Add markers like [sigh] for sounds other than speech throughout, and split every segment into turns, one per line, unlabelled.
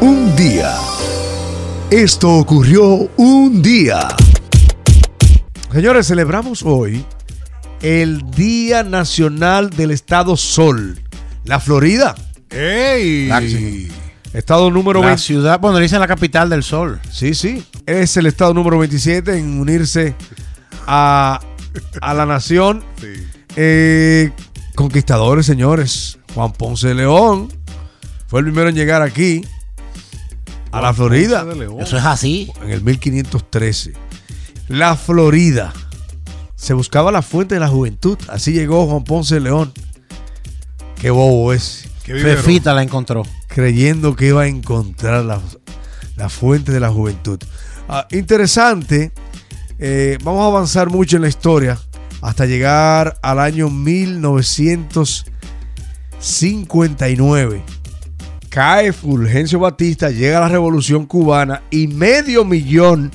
Un día. Esto ocurrió un día. Señores, celebramos hoy el Día Nacional del Estado Sol, la Florida.
¡Ey!
Láximo. Estado número
La
20.
ciudad, bueno, le dicen la capital del sol.
Sí, sí. Es el estado número 27 en unirse a, a la nación. Eh, conquistadores, señores. Juan Ponce de León fue el primero en llegar aquí, a la Florida,
Eso es así.
en el 1513. La Florida. Se buscaba la fuente de la juventud. Así llegó Juan Ponce de León. Qué bobo es.
Qué Fefita la encontró.
creyendo que iba a encontrar la, la fuente de la juventud. Ah, interesante, eh, vamos a avanzar mucho en la historia hasta llegar al año 1959. Cae Fulgencio Batista, llega la revolución cubana y medio millón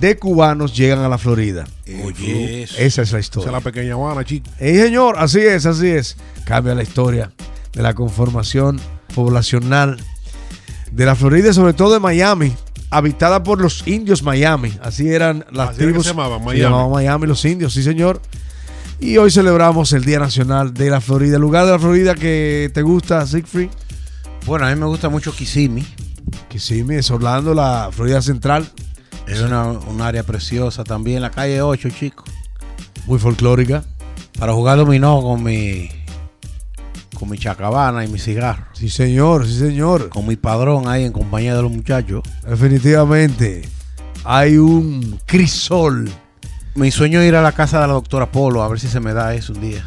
de cubanos llegan a la Florida.
Oye,
Esa es la historia.
Esa es la pequeña Habana, chico.
Eh, señor, así es, así es. Cambia la historia de la conformación poblacional de la Florida, y sobre todo de Miami, habitada por los indios Miami. Así eran las
Así era que
tribus.
se llamaban,
se
Miami.
llamaban Miami los indios, sí, señor. Y hoy celebramos el Día Nacional de la Florida. ¿El lugar de la Florida que te gusta, Siegfried?
Bueno, a mí me gusta mucho Kissimmee.
Que sí, me es Orlando, la Florida Central,
Es una, un área preciosa también, la calle 8, chicos.
muy folclórica.
Para jugar dominó con mi con mi chacabana y mi cigarro.
Sí, señor, sí, señor.
Con mi padrón ahí en compañía de los muchachos.
Definitivamente hay un crisol.
Mi sueño es ir a la casa de la doctora Polo a ver si se me da eso un día.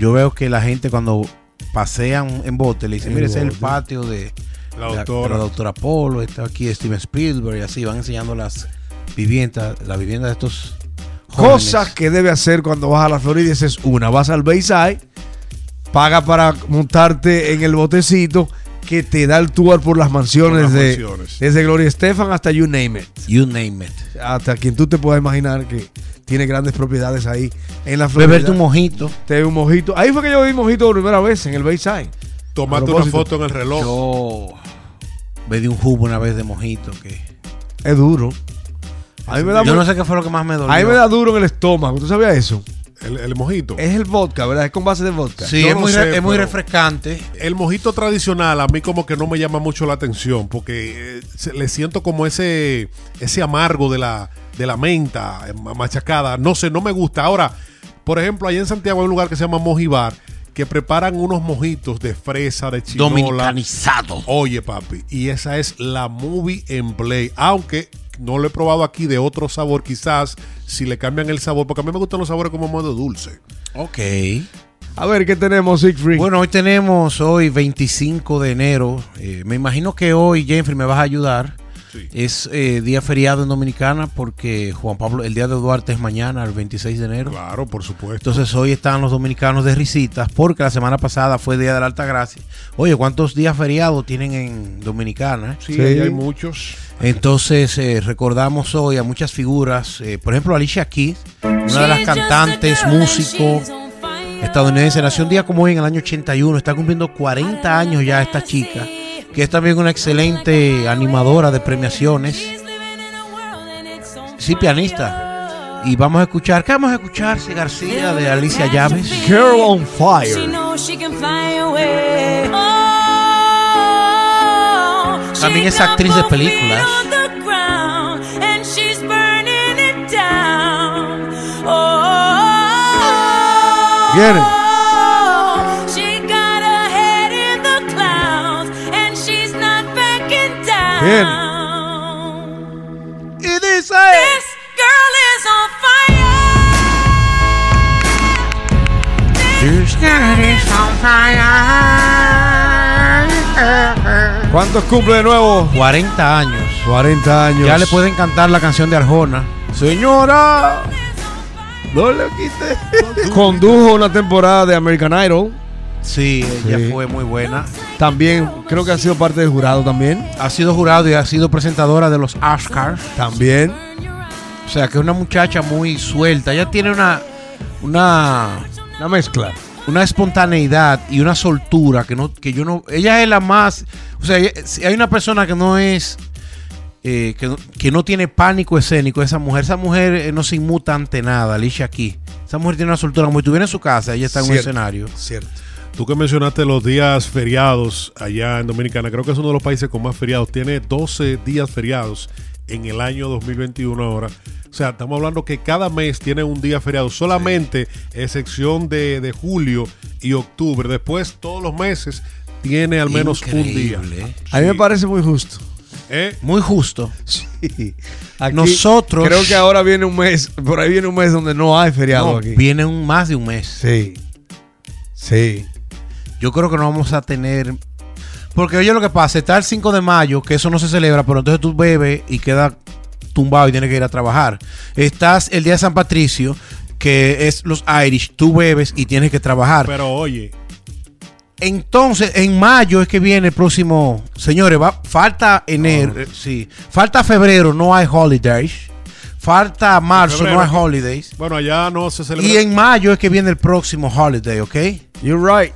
Yo veo que la gente cuando pasean en bote le dicen,
En
mire, ese es el
bote.
patio de de
La
de
doctora.
la doctora Polo, está aquí Steven Spielberg y así van enseñando las viviendas, las viviendas de estos jóvenes.
Cosas que debe hacer cuando vas a la Florida, esa es una. Vas al Bayside, paga para montarte en el botecito que te da el tour por las mansiones,
Por las
de,
mansiones.
desde Gloria Estefan hasta You Name It.
You name it.
Hasta quien tú te puedas imaginar que tiene grandes propiedades ahí en la Florida.
Beberte un mojito.
Te ve un mojito. Ahí fue que yo vi mojito por primera vez en el Bayside.
Tomate
A
una
propósito,
foto en el reloj. Oh.
Yo bebí un jugo una vez de mojito que
Es duro. A mí me da,
yo
mu-
no sé qué fue lo que más me dolió.
a mí me da duro en el estómago. ¿Tú sabías eso?
El, el mojito.
Es el vodka, ¿verdad? Es con base de vodka.
Sí,
Yo
es
no
muy,
sé,
re- es muy
pero-
refrescante.
El mojito tradicional a mí como que no me llama mucho la atención porque eh, se- le siento como ese ese amargo de la de la menta eh, ma- machacada. No sé, no me gusta. Ahora, por ejemplo, allá en Santiago hay un lugar que se llama Mojibar que preparan unos mojitos de fresa, de chinola.
Dominicanizado.
Oye, papi, y esa es la movie en play. Aunque no lo he probado aquí de otro sabor, quizás si le cambian el sabor, porque a mí me gustan los sabores como modo dulce.
Ok.
A ver, ¿qué tenemos, Siegfried?
Bueno, hoy tenemos hoy 25 de enero. Eh, me imagino que hoy, Jeffrey, me vas a ayudar.
Sí.
Es eh, día feriado en Dominicana porque Juan Pablo, el día de Duarte es mañana, el 26 de enero.
Claro, por supuesto.
Entonces hoy están los dominicanos de risitas porque la semana pasada fue Día de la Alta Gracia. Oye, ¿cuántos días feriados tienen en Dominicana?
Sí,
Sí.
ahí hay muchos.
Entonces eh, recordamos hoy a muchas figuras, eh, por ejemplo Alicia Keys, una de las cantantes, músico estadounidense, nació un día como hoy en el año 81, está cumpliendo 40 años ya esta chica, que es también una excelente animadora de premiaciones
Sí, pianista.
y vamos a escuchar, ¿qué vamos a escuchar? Sí, García de Alicia Llaves.
Girl on Fire.
Oh,
También es actriz de películas.
Oh,
Viene. Viene.
Y
This
dice...
girl is on fire.
¿Cuántos cumple de nuevo?
40 años.
40 años.
Ya le pueden cantar la canción de Arjona.
Señora, no le quité. [laughs] Condujo una temporada de American Idol.
Sí, ella
Sí.
fue muy buena.
También, creo que ha sido parte del jurado también.
Ha sido jurado y ha sido presentadora de los Oscars.
También.
O sea, que es una muchacha muy suelta. Ella tiene una, una,
Una mezcla.
una espontaneidad y una soltura que, no, que yo no... Ella es la más... O O sea, si hay una persona que no es. eh, que, no- que no tiene pánico escénico, esa mujer. Esa mujer eh, no se inmuta ante nada, Alicia aquí. Esa mujer tiene una soltura. Como si estuviera en su casa, ella está en un
Cierto.
escenario.
Cierto.
Tú que mencionaste los días feriados allá en Dominicana, creo que es uno de los países con más feriados. Tiene 12 días feriados en el año 2021 ahora. O sea, estamos hablando que cada mes tiene un día feriado, solamente excepción de, de julio y octubre. Después, todos los meses tiene al menos un
Increíble,
día.
¿eh?
A mí me parece muy justo.
¿Eh?
Muy justo.
Sí. Aquí-
Nosotros-
Creo que ahora viene un mes, por ahí viene un mes donde no hay feriado
No,
aquí.
viene un, más de un mes.
Sí. Sí.
Yo creo que no vamos a tener. Porque oye lo que pasa, está el 5 de mayo, que eso no se celebra, pero entonces tú bebes y queda tumbado y tienes que ir a trabajar. Estás el día de San Patricio, que es los Irish, tú bebes y tienes que trabajar.
Pero oye,
Entonces, en mayo es que viene el próximo. Señores, va, falta enero.
Ah,
eh, sí. Falta febrero, no hay holidays. Falta marzo,
febrero.
no hay holidays.
bueno, allá no se celebra.
Y en mayo es que viene el próximo holiday, ¿ok?
You're right.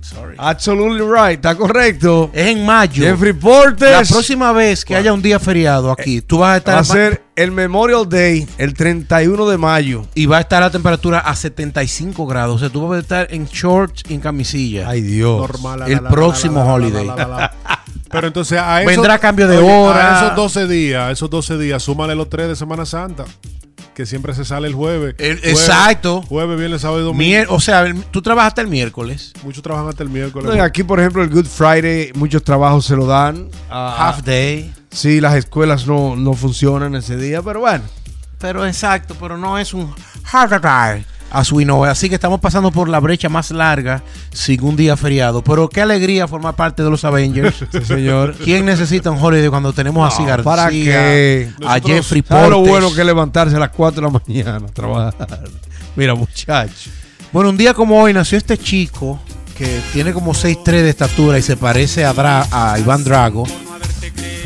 Sorry.
Absolutely right. Está correcto.
Es en mayo.
Jeffrey Portes.
La próxima vez que haya un día feriado aquí, tú vas a estar
Va a ser el Memorial Day el 31 de mayo.
y va a estar la temperatura a 75 grados. O sea, tú vas a estar en shorts y en camisilla.
Ay Dios.
normal, la,
el
la, la,
próximo
la, la, la,
holiday.
la, la, la, la. Pero entonces
[laughs]
a eso,
Vendrá cambio de hora.
A esos 12 días, a esos 12 días, súmale los 3 de Semana Santa, que siempre se sale el jueves.
El-
Jueves-
exacto.
Jueves, viernes, sábado y domingo.
Mier- o sea, el- tú trabajas hasta el miércoles.
Muchos trabajan hasta el miércoles.
No, y Aquí, por ejemplo, el Good Friday, muchos trabajos se lo dan. Ah,
Half day.
sí, las escuelas no, no funcionan ese día, pero bueno.
Pero exacto, pero no es un half day. As we know. Así que estamos pasando por la brecha más larga sin un día feriado. Pero qué alegría formar parte de los Avengers.
[laughs] Sí, señor.
¿Quién necesita un holiday cuando tenemos
No,
a Cigarcía?
¿para qué?
A
Nosotros-
Jeffrey
¿Sabes
Portes.
lo bueno que es levantarse a las 4 de la mañana a trabajar? [laughs] Mira, muchacho.
Bueno, un día como hoy nació este chico que tiene como 6'3 de estatura y se parece a, Dra- a Iván Drago.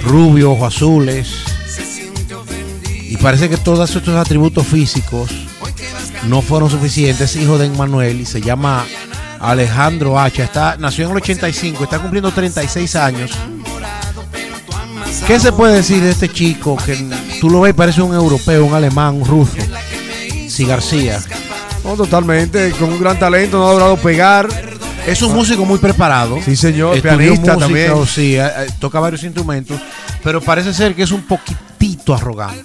Rubio, ojos azules. Y parece que todos estos atributos físicos no fueron suficientes. Es hijo de Emmanuel y se llama Alejandro Hacha. Está, nació en el 85, está cumpliendo 36 años. ¿Qué se puede decir de este chico que tú lo ves y parece un europeo, un alemán, un ruso? Si García.
No, totalmente, con un gran talento, no ha logrado pegar.
Es un músico muy preparado.
Sí, señor,
Estudió
pianista
música,
también.
o sí, eh, eh, toca varios instrumentos, pero parece ser que es un poquitito arrogante.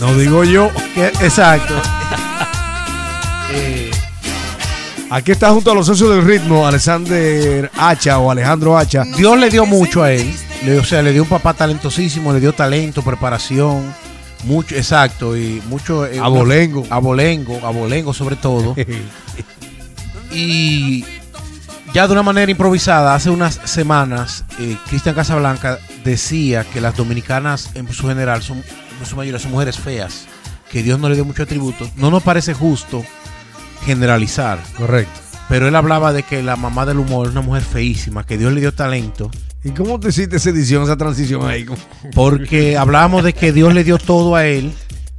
No digo yo.
Que- exacto. Eh,
Aquí está junto a los socios del ritmo, Alexander Hacha o Alejandro Hacha. [laughs]
Dios le dio mucho a él. Le- o sea, le dio un papá talentosísimo, le dio talento, preparación, mucho, exacto, y mucho. eh,
Abolengo.
abolengo, abolengo
[laughs]
sobre todo.
Eh,
y ya de una manera improvisada, hace unas semanas, eh, Cristian Casablanca decía que las dominicanas en su general son, en su mayoría son mujeres feas, que Dios no le dio mucho atributo. No nos parece justo generalizar,
Correcto.
pero él hablaba de que la mamá del humor es una mujer feísima, que Dios le dio talento,
¿Y cómo te hiciste esa edición, esa transición ahí?
porque hablábamos de que Dios le dio todo a él.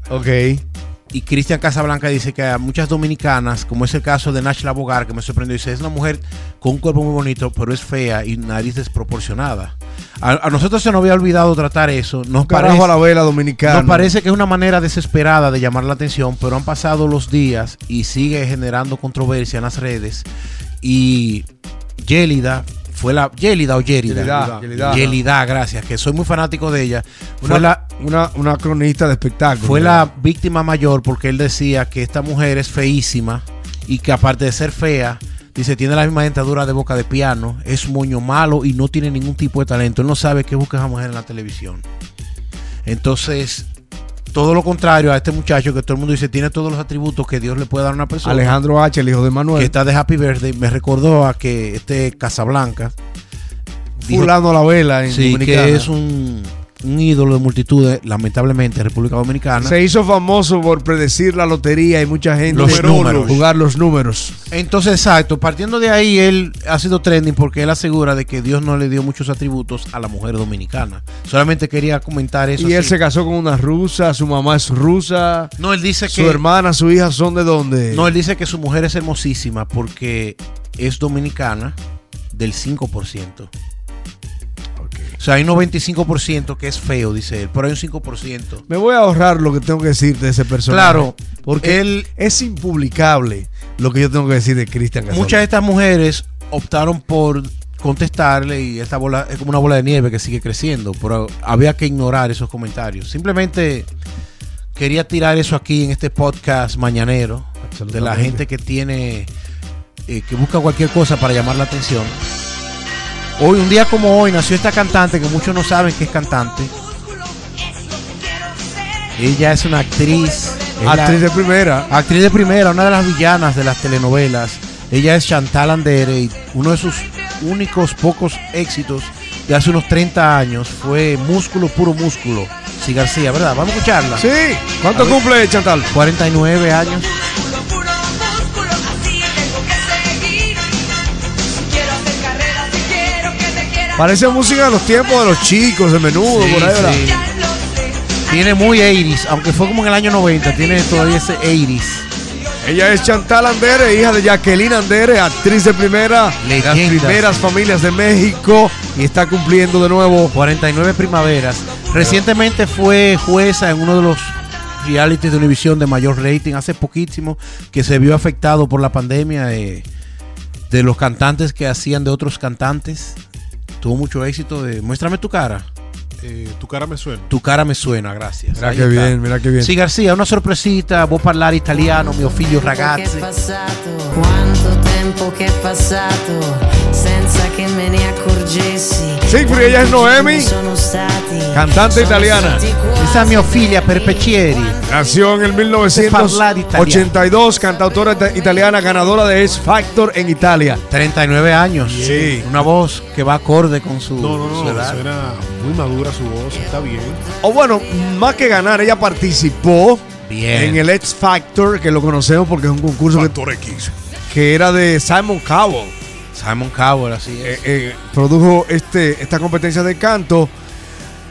Ok.
Y Cristian Casablanca dice que a muchas dominicanas, como es el caso de Nachla Bogar, que me sorprendió, dice, es una mujer con un cuerpo muy bonito, pero es fea y nariz desproporcionada. A, a nosotros se nos había olvidado tratar eso. Nos
Un carajo a
parece,
la vela dominicana.
nos parece que es una manera desesperada de llamar la atención, pero han pasado los días y sigue generando controversia en las redes. Y Yélida fue la... Yélida o Yérida.
Yélida, Yélida.
Yélida, gracias, que soy muy fanático de ella. Fue
Una,
la,
una, una cronista de espectáculo.
fue la víctima mayor porque él decía que esta mujer es feísima y que aparte de ser fea, dice, tiene la misma dentadura de boca de piano, es un moño malo y no tiene ningún tipo de talento. Él no sabe qué busca esa mujer en la televisión. Entonces, todo lo contrario a este muchacho que todo el mundo dice, tiene todos los atributos que Dios le puede dar a una persona
Alejandro eh. Hacha, el hijo de Manuel.
que está de Happy Birthday. Me recordó a que este Casablanca dijo-
Fulano a la vela en
sí,
Dominicana.
que es un, un ídolo de multitudes, lamentablemente, en República Dominicana.
Se hizo famoso por predecir la lotería y mucha gente
Los números.
jugar los números.
Entonces, exacto, partiendo de ahí, él ha sido trending porque él asegura de que Dios no le dio muchos atributos a la mujer dominicana. Solamente quería comentar eso.
y él
así.
se casó con una rusa, su mamá es rusa,
No, él dice
su
que
hermana, su hija son de dónde.
no, él dice que su mujer es hermosísima porque es dominicana, del 5%. O sea, hay un 95% que es feo, dice él, pero hay un 5%.
Me voy a ahorrar lo que tengo que decir de ese personaje.
Claro,
porque
él-
es impublicable lo que yo tengo que decir de Cristian Casal.
Muchas de estas mujeres optaron por contestarle y esta bola es como una bola de nieve que sigue creciendo, pero había que ignorar esos comentarios. Simplemente quería tirar eso aquí en este podcast mañanero de la
Absolutamente.
gente que tiene eh, que busca cualquier cosa para llamar la atención. Hoy, un día como hoy, nació esta cantante que muchos no saben que es cantante. Ella es una actriz. es la-
Actriz de primera.
Actriz de primera, una de las villanas de las telenovelas. Ella es Chantal Andere y uno de sus únicos pocos éxitos de hace unos 30 años fue Músculo, puro músculo. Sí, García, ¿verdad? Vamos a escucharla.
Sí. ¿Cuánto
A ver.
cumple Chantal?
49 años.
Músculo, puro músculo, así tengo que seguir. Si quiero hacer carrera, si quiero que te quiera,
Parece música de los tiempos de los chicos, de menudo,
Sí,
por ahí, ¿verdad?
sí.
ya lo sé.
Tiene muy 80s, aunque fue como en el año 90, tiene todavía ese 80s.
Ella es Chantal Andere, hija de Jacqueline Andere, actriz de primera,
Leyenda,
las primeras
sí.
familias de México y está cumpliendo de nuevo.
49 primaveras. Recientemente fue jueza en uno de los realities de Univisión de mayor rating, hace poquísimo, que se vio afectado por la pandemia eh, de los cantantes que hacían de otros cantantes. Tuvo mucho éxito de Muéstrame tu cara.
Eh, tu cara me suena.
Tu cara me suena, gracias.
Mira
Ahí
qué
está.
bien, mira qué bien.
Sí, García, una sorpresita, vos hablar italiano, mio figlio
Che
ragazzi.
è passato, quanto tempo che è passato senza che me ne accorgessi.
Sì, perché ella è Noemi,
Sono stati,
cantante
sono
italiana.
stati quasi
Esa es mi figlia
venti.
Perpecieri.
Nació en el
Parlar italiano.
1982, cantautora ita- italiana ganadora de X Factor en Italia.
39 años.
Sí.
Una voz que va acorde con su,
No, no,
su
no.
edad.
Suena muy madura su voz. Está bien.
O bueno, más que ganar, ella participó
Bien.
en el X Factor, que lo conocemos porque es un concurso que,
Factor X.
que era de Simon Cowell.
Simon Cowell, así
Eh,
es.
eh, produjo este, esta competencia de canto.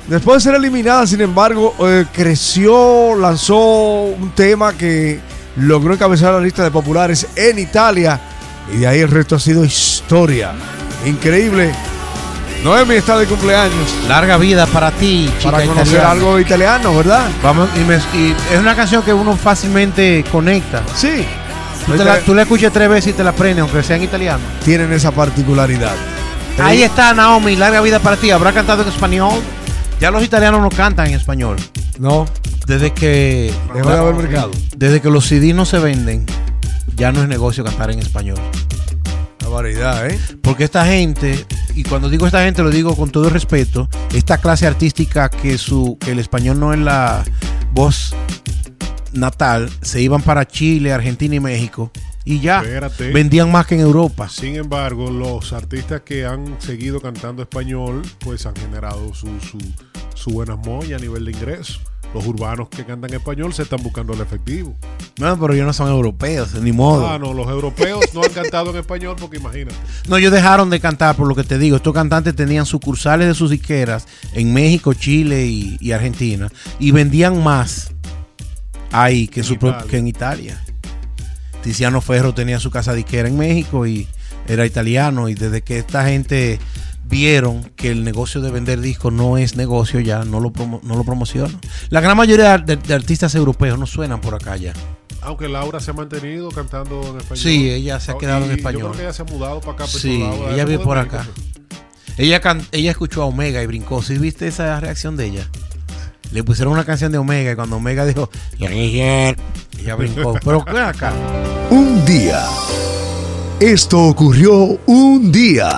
Después de ser eliminada, sin embargo, eh, creció, lanzó un tema que logró encabezar la lista de populares en Italia. Y de ahí el resto ha sido historia. Increíble. Noemi está de cumpleaños.
Larga vida para ti, chica
Para conocer
italiana.
algo italiano, ¿verdad?
Vamos, y, me- y es una canción que uno fácilmente conecta.
Sí.
Tú, te la, tú la escuchas tres veces y te la aprendes, aunque sea en italiano.
Tienen esa particularidad.
Ahí está Naomi, larga vida para ti. Habrá cantado en español. Ya los italianos no cantan en español.
No,
Desde que,
dejó de haber mercado.
desde que los CD no se venden, ya no es negocio cantar en español.
La variedad, ¿eh?
Porque esta gente, y cuando digo esta gente lo digo con todo el respeto, esta clase artística que su que el español no es la voz natal, se iban para Chile, Argentina y México y ya
Espérate.
vendían más que en Europa.
Sin embargo, los artistas que han seguido cantando español, pues han generado su, su, su buena molla a nivel de ingreso. Los urbanos que cantan español se están buscando el efectivo.
No, pero ellos no son europeos, ni modo.
Ah, no, los europeos no han cantado en español porque imagínate.
No, ellos dejaron de cantar, por lo que te digo. Estos cantantes tenían sucursales de sus disqueras en México, Chile y, y Argentina. Y vendían más ahí que,
En
su pro-
Italia.
que en Italia. Tiziano Ferro tenía su casa disquera en México y era italiano. Y desde que esta gente vieron que el negocio de vender discos no es negocio, ya no lo, promo- no lo promocionan. La gran mayoría de, de artistas europeos no suenan por acá ya.
Aunque Laura se ha mantenido cantando en español.
Sí, ella se ha
Ah,
quedado en
y
español.
Yo creo que ella se ha mudado para acá. para
Sí,
otro lado.
ella
se
vive
mudó
por
de
acá.
México. pues.
Ella, can- ella escuchó a Omega y brincó. ¿Sí viste esa reacción de ella? Le pusieron una canción de Omega y cuando Omega dijo, ella brincó. Pero ven acá.
Un día. Esto ocurrió un día.